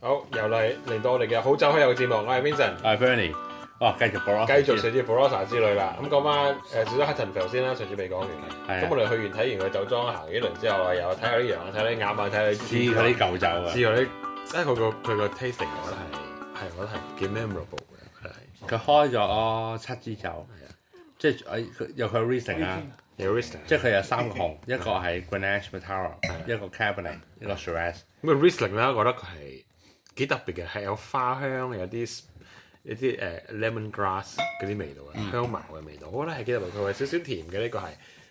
好，又嚟嚟到我哋嘅好酒喺有節目，我係 Vincent，啊 Bernie，哇，繼續播啦，繼續食啲 Barossa 之旅啦。咁講翻誒少咗黑塵頭先啦，上次未講完。係咁啊我哋去完睇完佢酒莊行幾輪之後，又睇下啲羊啊，睇下啲鴨啊，睇下啲知佢啲舊酒啊，知佢啲，即係佢個佢個 tasting，我覺得係係我覺得係幾 memorable 嘅，我覺得係佢開咗哦七支酒啊，即係誒佢有佢 reason 啊，有 Riesling。即係佢有三個紅，一個係 Grenache Mataro，一個 Cabernet，一個 Shiraz，咁啊 Riesling 咧，我覺得佢係幾特別嘅，係有花香，有啲有啲誒 lemon grass 嗰啲味道嘅、嗯香茅嘅味道，我覺得係幾特別。佢有少少甜嘅呢、個係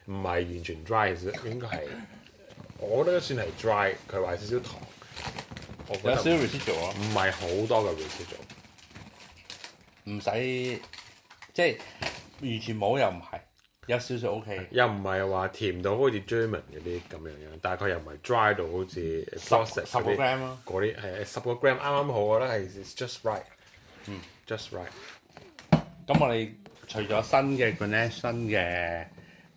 唔係完全 dry，應該係我覺得算係 dry，佢話有少少糖，我覺有少少得 residual 啊，唔係好多嘅 residual。唔使即係完全冇又唔係，有少少 OK，又唔係話甜到好似 German 嗰啲咁樣樣，但係佢又唔係 dry 到好似 sausage 嗯十個嗰啲 gram 啊咯嗰啲係十個 gram 啱啱好，我覺得係 it's just right，just 嗯 right。咁我哋除咗新嘅 Grenache、新嘅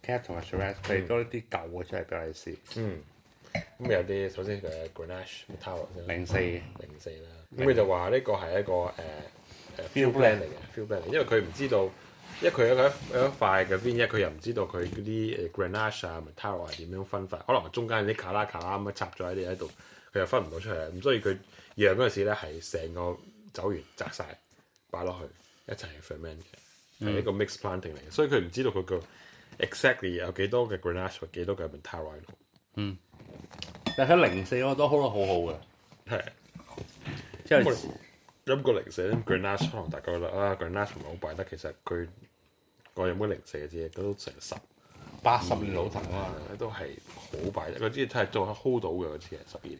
Cab 同埋 Shiraz，佢哋嗯多啲舊嘅出嚟俾我哋試，咁有啲首先佢係 Grenache Tower 先啦零四嘅零四啦，咁佢就話呢個係一個誒誒 field plan Field blend 嚟嘅 field plan 嚟，因為佢唔知道，因為佢有一個有一塊嘅 vine，佢又唔知道佢嗰啲誒 Grenache 啊、m t a r o 係點樣分法，可能中間啲卡拉卡拉咁樣插咗喺啲喺度，佢又分唔到出嚟，咁所以佢釀嗰陣時咧係成個酒園摘晒擺落去一齊 ferment 嘅，係一個 mixed planting 嚟嘅，所以佢唔知道佢個 exactly 有幾多嘅 Grenache 或幾多嘅 m t a r o 喺度。但係佢零四嗰個都好好好嘅，係即咁我係哋。飲個零四咧，Grenache 可能大家覺得啊，Grenache 唔係好敗得，其實佢我飲杯零四嘅啫，都成十八十年老藤啊啊嘛，，都係好敗得。嗰支真係做 hold 到嘅嗰支係十二年。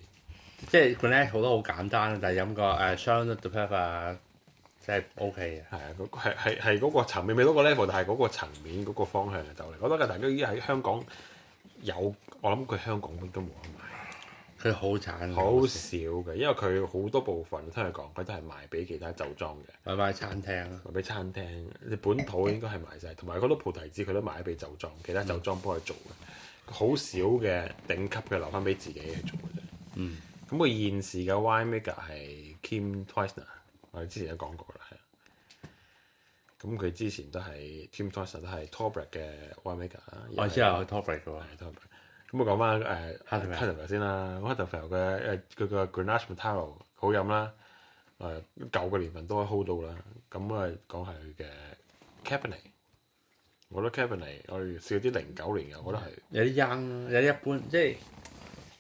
即係佢咧好多好簡單，但係飲個誒 s h a r o n de p e v 啊，即係 OK 係啊，嗰個係係係嗰個層面未到個 level，但係嗰個層面嗰個方向嘅酒嚟。我覺得大家依家喺香港有，我諗佢香港都冇得賣，嘅，佢好產，好少嘅，因為佢好多部分聽佢講，佢都係賣俾其他酒莊嘅。買買餐廳啊，賣俾餐廳，你本土應該係賣晒，同埋好多菩提子佢都賣咗俾酒莊，其他酒莊幫佢做嘅，好少嘅頂級嘅留翻俾自己去做嘅啫。嗯，咁佢現時嘅 winemaker 係 Kim Twicer，我哋之前都講過啦，係啊。咁佢之前都係 Kim Twicer 都係 Torbreck 嘅啊 winemaker 啦。我啊之後去 topic 嘅喎，係 Torbreck。咁啊我講翻誒 Hartmann h a r d 先啦 h a r d 嘅誒佢個 Grenache Mataro 好飲啦，誒舊嘅年份都可以 hold 到啦。咁啊講係佢嘅 Cabernet，我覺得 Cabernet 我哋試啲零九年嘅，我覺得有啲 young，有啲一般，即係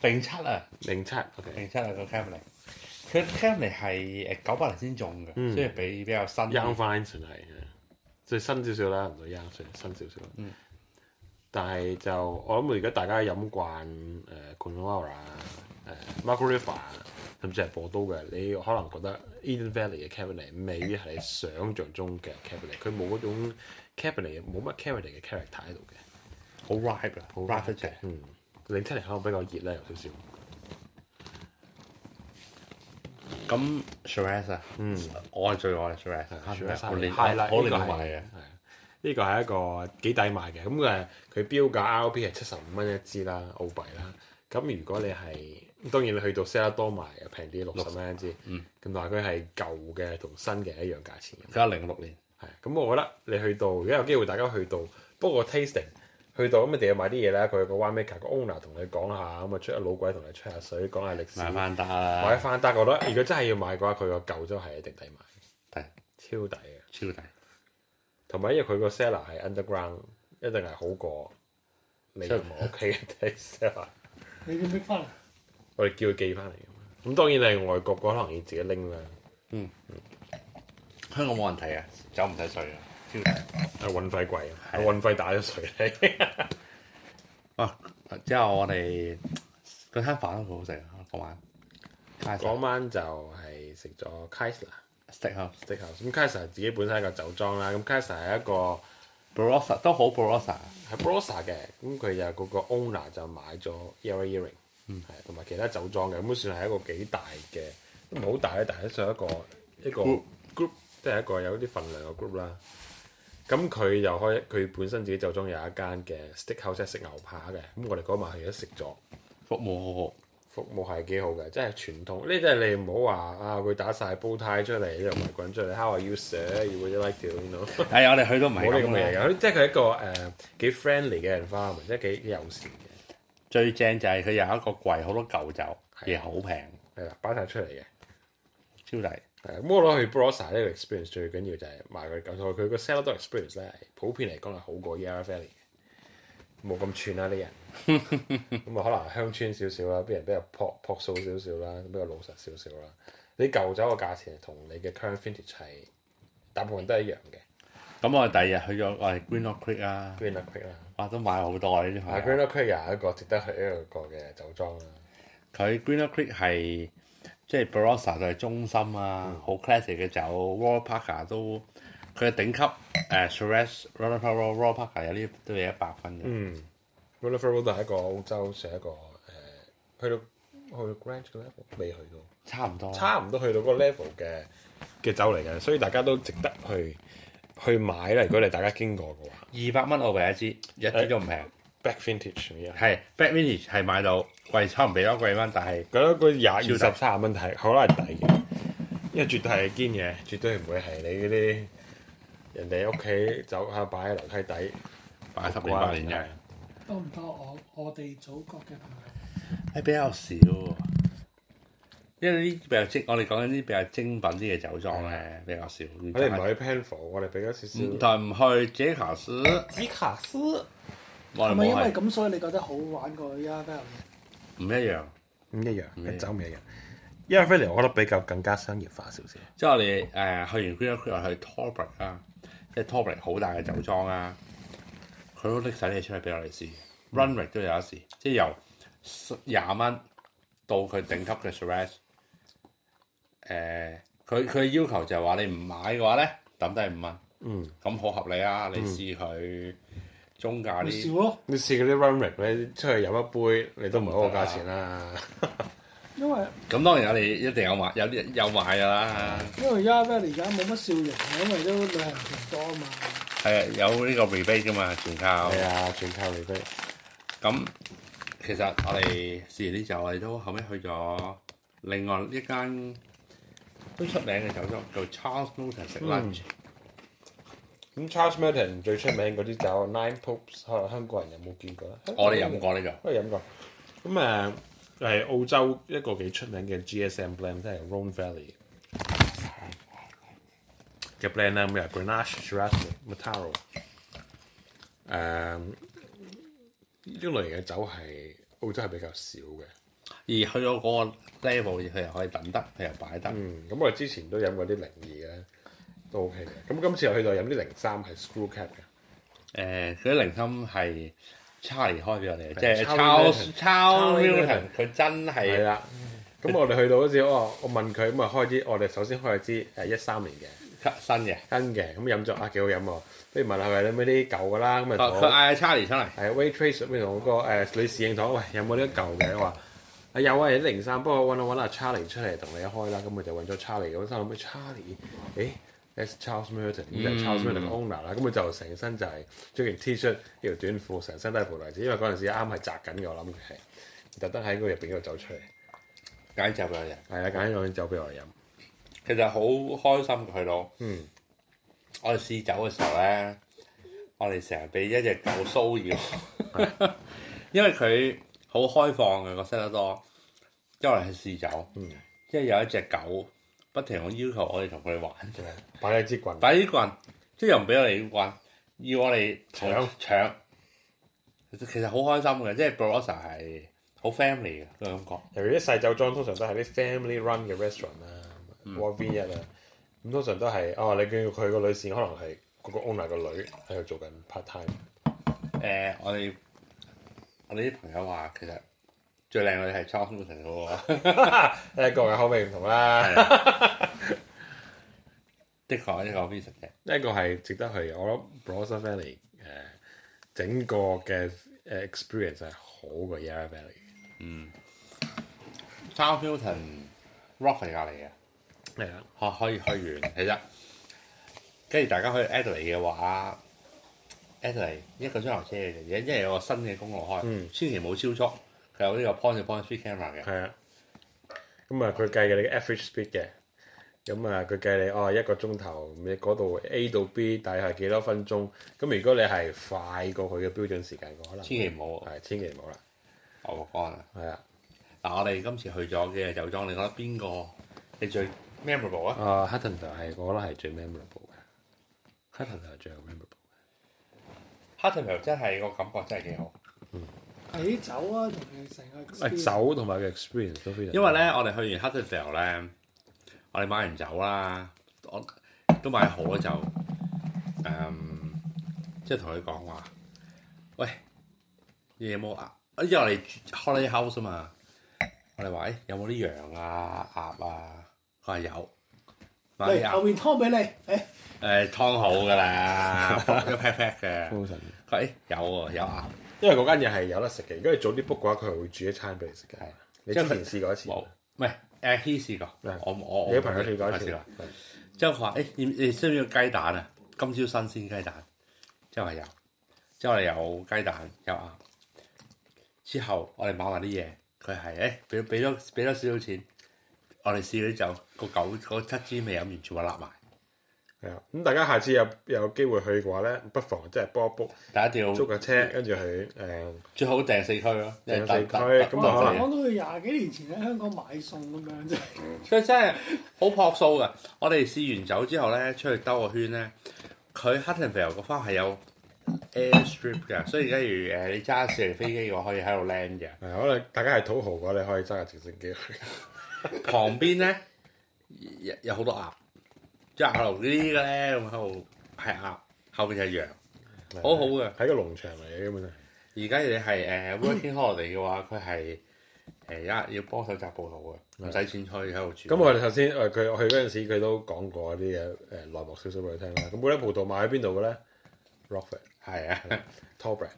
零七啊，係零七 OK 零七啊個 Cabernet，佢 Cabernet 係誒九八年先種嗯嘅，所以比比較新 Young 啲。 Vine 算嗯係嘅，最新少少啦，唔到 Young 算新少少。嗯但係就我諗，而家大家飲慣誒 c o n o r a 誒 m a r g a r i t a 甚至係波都嘅，你可能覺得 Eden Valley 嘅 Cabernet 未必係你想像中嘅 Cabernet，佢冇嗰種 Cabernet 冇乜 Cabernet 嘅 character 喺度嘅。好 ripe 啊，好 ripe 得滯。嗯，零七年可能比較熱啦，有少少。咁 Shiraz 啊，嗯，我係最愛啊 Shiraz，好年好 high 啦，年呢個係賣嘅，係啊呢個係一個幾抵買嘅。咁誒，佢標價 RP 係七十五蚊一支啦，澳幣啦。咁如果你係當然你去到 sell 得多賣嘅平啲，六十蚊一支。嗯。咁但係佢係舊嘅同新嘅一樣價錢嘅。佢係零六年，係，咁我覺得你去到，如果有機會大家去到，不過 tasting 去到咁，一定啊要買啲嘢啦。佢有個 winemaker 個 owner 同你講下，咁啊出下老鬼同你吹下水，講下歷史，買翻得買啦，翻。但係我覺得如果真係要買嘅話，佢個舊都係一定抵買，抵超抵嘅。超抵。同埋因為佢個 seller 係 underground，一定係好過你同我屋企嘅啲 seller。你要唔要翻嚟？我哋叫佢寄翻嚟嘅嘛咁當然你係外國嗰可能要自己拎啦。香港冇人睇啊，走唔使水啊，超抵。啊，運費貴啊，運費打咗水咧。啊，哦之後我哋嗰餐飯都好好食啊，嗰晚街嗰食晚就係食咗 Kaisler。食啊 s t 咁 Kaiser 自己本身係一個酒莊啦，咁 Kaiser 係一個 b r o s a 都好啊 b r o s a 係 Brosa 嘅，咁佢就嗰個 owner 就買咗 Yara Earring，係同埋其他酒莊嘅，咁算係一個幾大嘅，都唔係好大咧，但係算一個一個 Group group，即係一個有啲份量嘅 group 啦。咁佢又開，佢本身自己酒莊有一間嘅 steakhouse 即係食牛扒嘅，咁我哋嗰晚去咗食咗，服務好好，服服務係幾好嘅，即係傳統。呢啲係你唔好話啊，佢打晒煲呔出嚟，又唔係滾出嚟。How are you, sir? You would like to, you know？ 係哎我哋去都唔係冇呢咁咁啊嘅嘢嘅。嘅，即係佢一個誒幾 friendly 嘅 environment，即係幾友善嘅，最正就係佢有一個櫃好多舊酒，嘢好平，係啦，擺晒出嚟嘅。超抵。係啊咁我攞去 Brosa 呢個 experience 最緊要就係賣佢九套，佢個 sell 到 experience 咧，普遍嚟講係好過 Yarra Valley 嘅，冇咁串啦啲 人，咁啊可能鄉村少少啦，啲人比較樸樸素少少啦，比較老實少少啦。你舊酒嘅價錢同你嘅 current vintage 係大部分都係一樣嘅咁我哋第二日去咗我哋 Green Rock Creek 啊， ，Green Oak Creek 啦，哇都買好多啊呢啲啊牌 Green Oak Creek 又係一個值得去一個嘅酒莊啦，佢 Green Oak Creek 係即係 Barossa 就係中心嗯啊，好 classic 嘅酒。Royal Parker 都佢嘅頂級誒 Shiraz、Royal Parker、Royal Parker 有啲都有一百分嘅。嗯 w i l l i f o r d 都係一個澳洲上一個誒、呃去到去到 Grand 嘅 level 未去到。差唔多啦。差唔多去到嗰個 level 嘅嘅酒嚟嘅，所以大家都值得去去買啦。如果你大家經過嘅話二百蚊澳幣一支，一啲都唔平。 ，Back Vintage 呢係 Black Vintage 係買到貴，差唔俾多貴蚊，但係覺得佢廿二十超值三十蚊係可能係抵嘅，因為絕對係堅嘢，絕對唔會係你嗰啲人哋屋企走下擺喺樓梯底擺十年八年嘅啫。。多唔多我我哋祖國嘅朋友？係比較少，因為呢啲比較精，我哋講緊啲比較精品啲嘅酒莊咧比較少。我哋唔係去 Penfold，我哋俾咗少唔少。但唔去 j a c a s 紫卡斯我係哋咪因冇為係咁所以你覺得好玩過 Yarra Valley？唔一樣。唔一樣，一樣跟酒唔一樣。因為 Valley 我覺得比較更加商業化少少。即係我哋誒、去完 Green Oak Creek 我哋去 Torbreck 啊，即係 Torbreck 好大嘅酒莊啊，佢都拎晒啲嘢出嚟俾我哋試。Runwick 都有得試，即係由廿蚊到佢頂級嘅 Shiraz。誒、佢佢要求就係話你唔買嘅話咧，抌低五蚊。嗯，咁好合理啊！你試佢中價咪少啲，咯，你試嗰啲 run rag 咧，出去飲一杯，你都唔係嗰個價錢啦。因為咁當然我哋一定有買，有啲有買㗎啦。因為 Yarra Valley 而家冇乜笑容，因為都旅行團多啊嘛。係啊，有呢個 rebate 㗎嘛，全靠。係啊，全靠你都咁其實我哋試完呢酒，我哋都後尾去咗另外一間都出名嘅酒莊，叫 Charles Norton 食 lunch。咁 Charles Melton 最出名嗰啲酒 Nine Popes，可能香港人有冇見過咧？我哋飲，過呢個，我哋飲過。咁誒係澳洲一個幾出名嘅 GSM blend，即係 Rhone Valley 嘅 blend 啦。咁又 Grenache、Shiraz、Mataro。誒呢種類型嘅酒係澳洲係比較少嘅。而去到嗰個 level，佢又可以等得，佢又擺得。嗯，咁我哋之前都飲過啲零二嘅，都 OK 嘅。咁今次又去到飲啲零三係 Screw Cap 嘅。誒，佢啲零心係 Charlie 開俾我哋嘅，係即係 Charlie Charles Norton Charles Charlie Norton，佢真係係啦。咁我哋去到嗰時，我我問佢咁啊，開支我哋首先開咗支誒一三年嘅新嘅。新嘅，咁飲咗啊幾好飲喎。不如問下佢有冇啲舊嘅啦，咁啊佢佢同我嗌 Charlie 出嚟，係 waitress 咪同我個誒女侍應堂，喂有冇啲舊嘅？我話啊有啊，有啲零三，不過揾我揾阿 Charlie 出嚟同你開啦。咁佢就揾咗 Charlie，咁心諗咩 Charlie？誒，that's Charles Merton，咁就係 Charles Merton 嘅 owner 啦。咁佢就成身就係着件 T 恤、條短褲，成身都係葡提子，因為嗰陣時啱係摘緊嘅，我諗佢係特登喺嗰入邊嗰度走出嚟。解酒俾我哋。係啦，揀咗兩酒俾我哋飲。其實好開心佢到。嗯，我哋試酒嘅時候咧，我哋成日俾一隻狗騷擾， 因為佢好開放嘅個 set 得多，因為我哋去試酒，嗯即係有一隻狗不停咁要求我哋同佢玩，擺低支棍，擺啲棍，即係又唔俾我哋棍，要我哋搶搶。其實好開心嘅，即係 b r o s a 係好 family 嘅個感覺。尤其啲細酒莊通常都係啲 family run 嘅 restaurant 啦 w a v 一啊，咁通常都係哦，你見佢個女士可能係嗰個 owner 個女喺度做緊 part time， 誒、我哋我哋啲朋友話，其實最靚女係 Charles Newton 嘅誒各人口味唔同啦，喎， 的確呢個 vision 嘅，呢個係值得去嘅。我諗 b r o s a Valley 誒、整個嘅誒 experience 係好過 Yarra Valley。嗯，Charles Newton Rock 係隔離嘅，係啊，可可以去完，其實跟住大家去 Adelaide 嘅話，Adelaide 一個鐘頭車嘅啫，因為有個新嘅公路開，嗯千祈冇超速，佢有呢個 point to point speed camera 嘅，係啊，咁啊佢計嘅你嘅 average speed 嘅，咁啊佢計你哦一個鐘頭，你嗰度 A 到 B 大概係幾多分鐘？咁如果你係快過佢嘅標準時間嘅，可能千祈唔好係千祈唔好啦，牛肉乾啊！係啊，嗱，我哋今次去咗嘅酒莊，你覺得邊個你最 memorable 啊？啊 h u t t o n 就係我覺得係最 memorable 嘅 h u t t o n 係最 memorable，哈特苗真係個感覺真係幾好，睇酒啊，同佢成個誒酒同埋佢 experience 都非常，因為咧我哋去完哈特苗咧，我哋買完酒啦，我都買好咗酒，誒、即係同佢講話，喂，你有冇啊？因為我哋住 holiday house 啊嘛，我哋話誒有冇啲羊啊、鴨啊？佢話有，買啲嚟後鴨面湯俾你，誒誒湯好㗎啦，一 pat pat 嘅。好神奇，佢話欸有喎，有鴨因為嗰間嘢係有得食嘅，如果你早啲 book 嘅話，佢係會煮一餐俾你食嘅係。你之前試過一次，冇，唔係誒 he 試過嗯，我我你我嘅朋友試過一我次試過。之後佢話：誒、哎你你需唔需要雞蛋啊？今朝新鮮雞蛋。之後話有，之後我哋有雞蛋有鴨。之後我哋買埋啲嘢，佢係誒俾俾咗俾咗少少錢，我哋試嗰啲酒，個九嗰七支未飲完全部揦埋，係啊，咁大家下次有有機會去嘅話咧，不妨即係幫我 book 但一定要租架車，跟住去誒最好訂四區咯，因為訂得四區得咁就啊哇可能講到佢廿幾年前喺香港買餸咁樣啫，佢真係好樸素噶。我哋試完酒之後咧，出去兜個圈咧，佢 Huttonville 個花係有 airstrip 嘅，所以假如誒你揸四嚟飛機嘅話，可以喺度 land 嘅。係可能大家係土豪嘅話，你可以揸架直升機去。旁邊咧有有好多鴨，即係牛呢啲咧咁喺度係鴨，後邊就係羊。 好好嘅喺個農場嚟嘅根本係。而家你係誒 working holiday 嘅 話，佢係誒一要幫手摘葡萄嘅，唔使錢可以喺度住。咁我哋頭先誒佢我去嗰陣時，佢都講過啲嘢誒內幕少少俾佢聽啦。咁嗰啲葡萄賣喺邊度嘅咧？Rockford、係啊， Torbreck，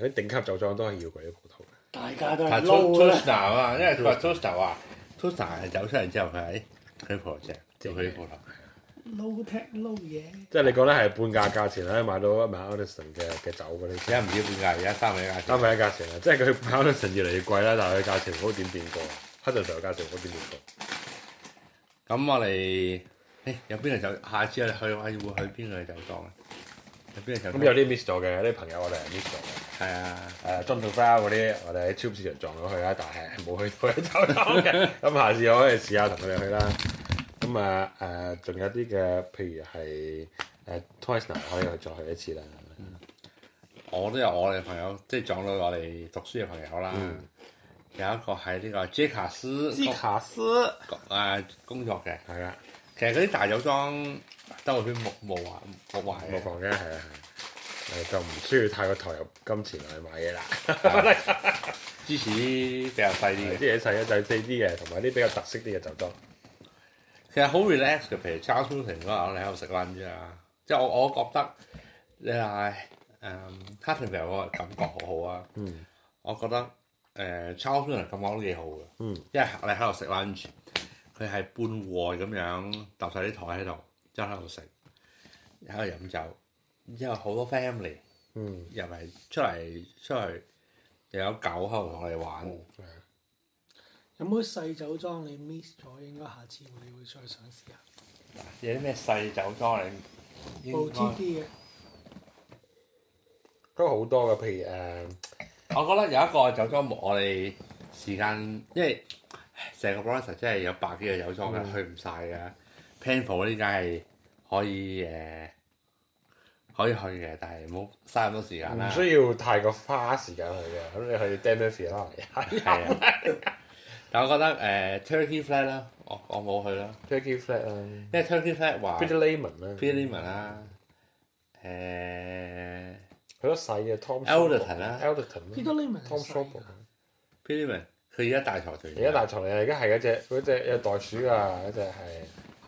係啲頂級酒莊都係要佢啲葡萄嘅。大家都但係係撈啦， Toaster 啊，因為佢話 Toaster 話 Toaster 係走出嚟之後，佢係佢葡萄正，做佢啲葡萄。撈踢撈嘢，即係你講咧係半價價錢咧買到 Mount Anderson 嘅嘅酒嗰啲而，家唔知半價，而家三蚊一價三錢。分一價錢啦。即係佢 Mount Anderson 越嚟越貴啦，但係佢價錢唔好點變過，黑陣時候價錢唔好點變過。咁我哋誒有邊個酒？下次我哋去嘅話，會去邊個酒莊咧？有邊個酒咁有莊？啲 miss 咗嘅，有啲朋友我哋係 miss 咗嘅。係啊，誒 John d o f r 嗰啲，我哋喺超市場撞到佢啦，但係冇去到酒莊 嘅。咁下次我可以試下同佢哋去啦。咁啊誒，仲有啲嘅，譬如係誒 Twice Now 可以再去一次啦。我都有我哋朋友，即係撞到我哋讀書嘅朋友啦。有一個喺呢個傑卡斯卡斯啊工作嘅，係啊啦，其實嗰啲大酒莊兜個圈冇冇壞冇壞冇嘅。房嘅係啊係。誒就唔需要太過投入金錢去買嘢啦，芝士比較細啲啲嘅，嘢細一細細啲嘅，同埋啲比較特色啲嘅酒莊。其實好 relax 嘅。譬如 Charles Hilton 嗰下，我哋喺度食 lunch 啊，即係我我覺得你話誒 Huttonville 嗰個感覺好好啊。嗯，我覺得誒、Charles 呃 Hilton 感覺都幾好嘅。嗯，因為我哋喺度食 lunch，佢係半鍋咁樣搭晒啲台喺度，之後喺度食，喺度飲酒，然之後好多 family 嗯，入嚟出嚟出嚟，又有狗喺度同我哋玩。係啊有冇細酒莊你 miss 咗？應該下次你會再想試下，有啲咩細酒莊你報應該 T？D 嘅，都好多嘅，譬如誒。我覺得有一個酒莊冇我哋時間，因為唉成個 process 真係有百幾個酒莊嘅，嗯去唔晒嘅。Penfold 呢間係可以誒、呃可以去嘅，但係唔好嘥咁多時間唔啦。需要太過花時間去嘅，咁你去 d a m e r f i 啦，係啊， 但我覺得誒、呃 Turkey Flat 啦，我我冇去啦， Turkey Flat 啦因為 Turkey Flat 話嗯啊，Peter Lemon 啦 p i l i m a n 啦，呃誒佢都細嘅 Tom Elderton 啦 Elderton 啊幾啦多 lemon ，Tom s h o p 啊？ p i l i m a n 佢而家大財團而家大蟲嚟啊，而家係嗰只嗰只有袋鼠啊，嗰只係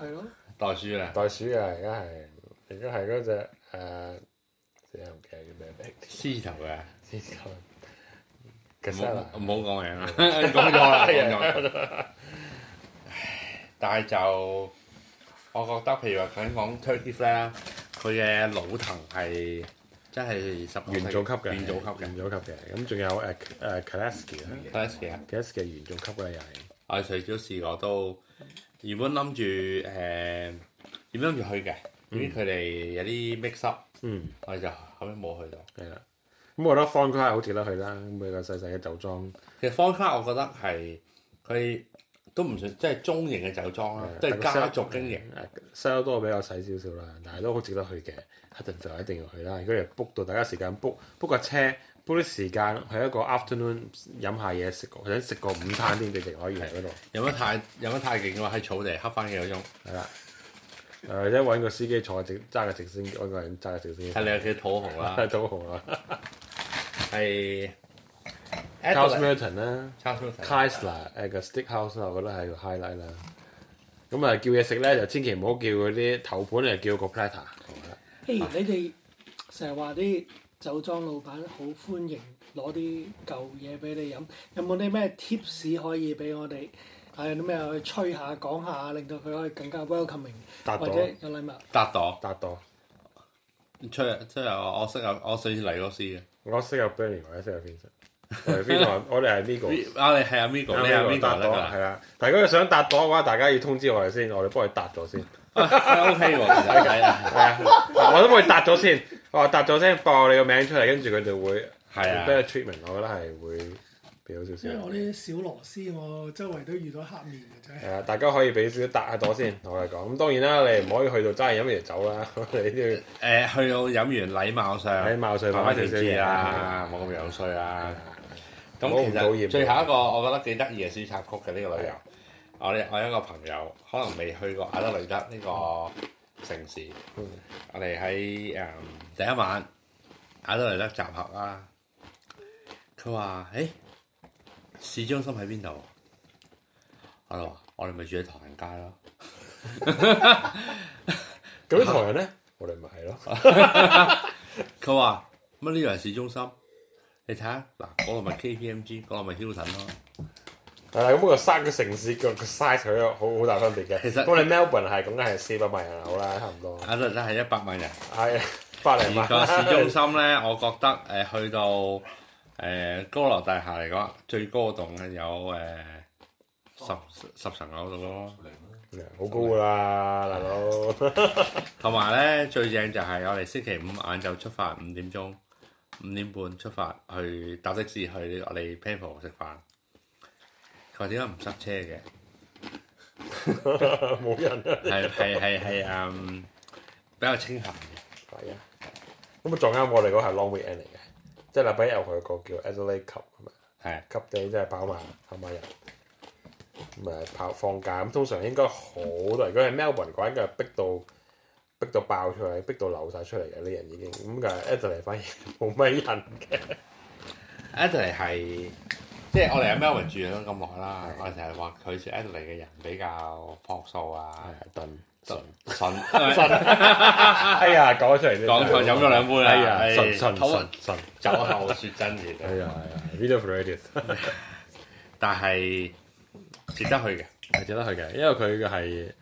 係咯，袋鼠啦，袋鼠啊，而家係而家係嗰只誒，死啦唔記得叫咩名獅頭嘅。先講。唔好 Casella 唔好講 名啦，講咗啦，講咗啦。唉但係就我覺得，譬如話頭先講 Turkey Flat 啦，佢嘅老藤係真真係十元祖級嘅，元祖級嘅元。祖級嘅。咁仲有誒誒 k a l a s k i 啦 d i s k 啊， k a l a s k i 元祖級嘅又係，我除咗試過都原本諗住誒原本諗住去嘅，點知佢哋有啲 mix up，嗯，我哋就後尾冇去到。係啦。咁我覺得 f o n c a 好值得去啦，咁佢個細細嘅酒莊，其實方卡我覺得係佢都唔算，即係中型嘅酒莊啦，啊即係但嗯個家 sell- 族經營。誒 s e l 多比較細少少啦，但係都好值得去嘅。黑頓就一定要去啦，如果你 book 到大家時間 book book 架車，book 啲時間喺一個 afternoon 飲下嘢食個，或者食個午餐添，你哋可以喺嗰度。有乜太有乜太勁嘅話，喺草地黑翻幾個鐘，係啦，誒或者揾個司機坐直揸架直升機，揾個人揸架直升機，睇你有幾土豪 啦。都好啊啦。係啊 Charles Milton 啦 Charles ，Kaisler 誒個 Stick House 啦，我覺得係個 highlight 啦。咁啊，叫嘢食咧就千祈唔好叫嗰啲頭盤，就叫個 platter。啊譬如你哋成日話啲酒莊老闆好歡迎攞啲舊嘢俾你飲，有冇啲咩 tips 可以俾我哋？係有啲咩去吹下講下，令到佢可以更加 welcoming，搭或者檔，有禮物。搭檔，搭檔。出出嚟我我識有我上次嚟嗰時嘅，啊我識有 Bernie，我識有 Vincent。我哋 Vincent，我哋係 Migo，我哋係阿 Migo，你啊係 Migo 搭得檔㗎係啦。但係如果想搭檔嘅話，大家要通知我哋先，我哋幫佢搭咗先。 啦，OK 喎，其實係啊，係啊，我都幫佢搭咗先。我話搭咗先，報你個名出嚟，跟住佢哋會係啊 b e t treatment，我覺得係會俾好少少因為。我啲小螺絲，我周圍都遇到黑面嘅啫。係啊，大家可以俾少少搭下朵先，同我哋講。咁當然啦，你唔可以去到真係飲完就走啦， 你都要誒去到飲完禮貌上，喺貌上啊慢慢慢慢啊調少少節嘢啦。啦，冇咁樣衰啦。唔好咁唔其討實厭最後一個我覺得幾得意嘅小插曲嘅呢個旅係遊，我哋我有一個朋友可能未去過阿德雷德呢個城市，嗯我哋喺誒第一晚阿德雷德集合啦。佢話：，誒、市中心喺邊度？我哋話：我哋咪住喺唐人街咯。咁啲唐人咧，我哋咪係咯，佢話乜呢度係市中心？你睇下嗱，嗰度咪 KPMG，嗰度咪 Hilton 咯。係啦。咁個三個城市個個 size 佢有好好大分別嘅。其實咁你 Melbourne 係咁梗係四百萬人口啦，差唔 多。阿德真係一百萬人，係百零萬。而 個市中心咧，我覺得誒、呃去到誒、呃高樓大廈嚟講，最高嗰棟係有誒、呃十十層樓度咯。 好高㗎啦，大佬。 同埋咧，最正就係我哋星期五晏晝出發五點鐘，五點半出發去搭的士去我哋 Penfolds 食飯。佢話點解唔塞車嘅？冇人啊。係係係係誒比較清閒嘅。係啊。咁啊撞啱我哋嗰係 long weekend 嚟嘅，即係禮拜一有佢個叫 Adelaide Cup 係咪？係吸地即係跑馬跑馬人，咁啊跑放假咁通常應該好多人。如果係 Melbourne 嘅話，應該係逼到逼到爆出嚟，逼到流晒出嚟嘅啲人已經。咁嘅 Adelaide 反而冇乜人， Adelaide 係即係我哋喺 Melbourne 住咗咁耐啦，我哋成日話佢似 Adelaide 嘅人比較樸素啊，燉純純 哎呀講咗出嚟，講錯飲咗兩杯啦，哎呀啊唉純純討論純純，啊酒後説真哎言，啊呀哎呀 video for radio 但係值得去嘅。係值得去嘅，因為佢嘅係。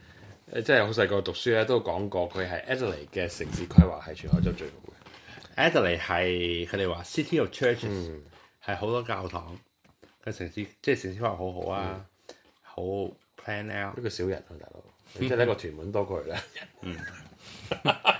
誒即係好細個讀書咧，都講過佢係 Adelaide 嘅城市規劃係全歐洲最好嘅。 Adelaide 係佢哋話 City of Churches 嗯，係好多教堂，佢城市即係城市規劃好嗯好啊，好 plan out 一。個小人啊， 大佬，即係呢個屯門多過佢咧，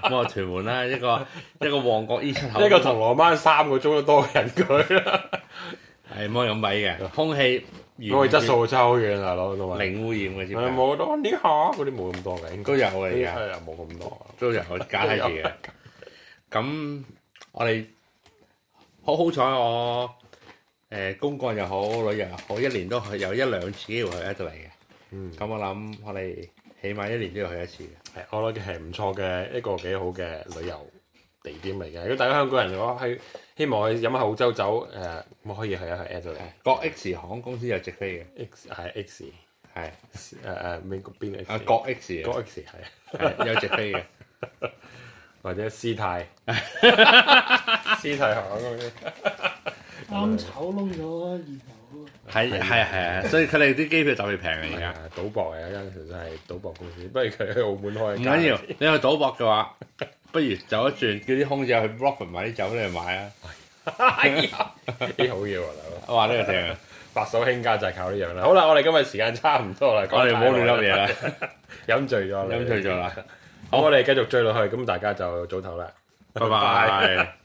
咁我屯門啦，一個一個旺角 E 出口， 一個銅鑼灣三個鐘都多過人佢啦。 係冇咁比嘅，空氣嗯我哋質素差好遠啊，大佬同埋零污染嘅接係近，冇好多啲好嗰啲冇咁多嘅，應該都有嘅而家係啊冇咁多。都有假閪 嘢嘅。咁我哋好好彩，我誒、呃公幹又好，旅遊又好，一年都去有一兩次機會去 Adelaide 嘅。嗯，咁我諗我哋起碼一年都要去一次嘅。係我覺得係唔錯嘅一個幾好嘅旅遊地點嚟嘅。如果大家香港人嘅話，係希望去飲下澳洲酒誒，呃咁可以去一去 Adelaide 係個 X 航空公司有直飛嘅， X 係 X 係誒誒美國邊個啊 X 國 X 嘅國 X 係啊係有直飛嘅。或者師 太師太行嗰啊啲。啱炒窿咗二頭， 係係係係，所以佢哋啲機票特別平嘅而係家。啊，賭博嚟嘅，有間純粹係賭博公司。不如佢去澳門開 唔一間緊要，你去賭博嘅話，不如走一轉，叫啲空姐去 Rockford 買啲酒你去買啊！哎呀啲好嘢喎，大佬！我話呢個聽啊，白手興家就係靠呢樣啦。好啦，我哋今日時間差唔多啦，我哋唔好講亂噏太耐嘢啦，飲醉咗啦，飲醉咗啦，好，我哋繼續追落去，咁大家就早唞啦。 拜拜。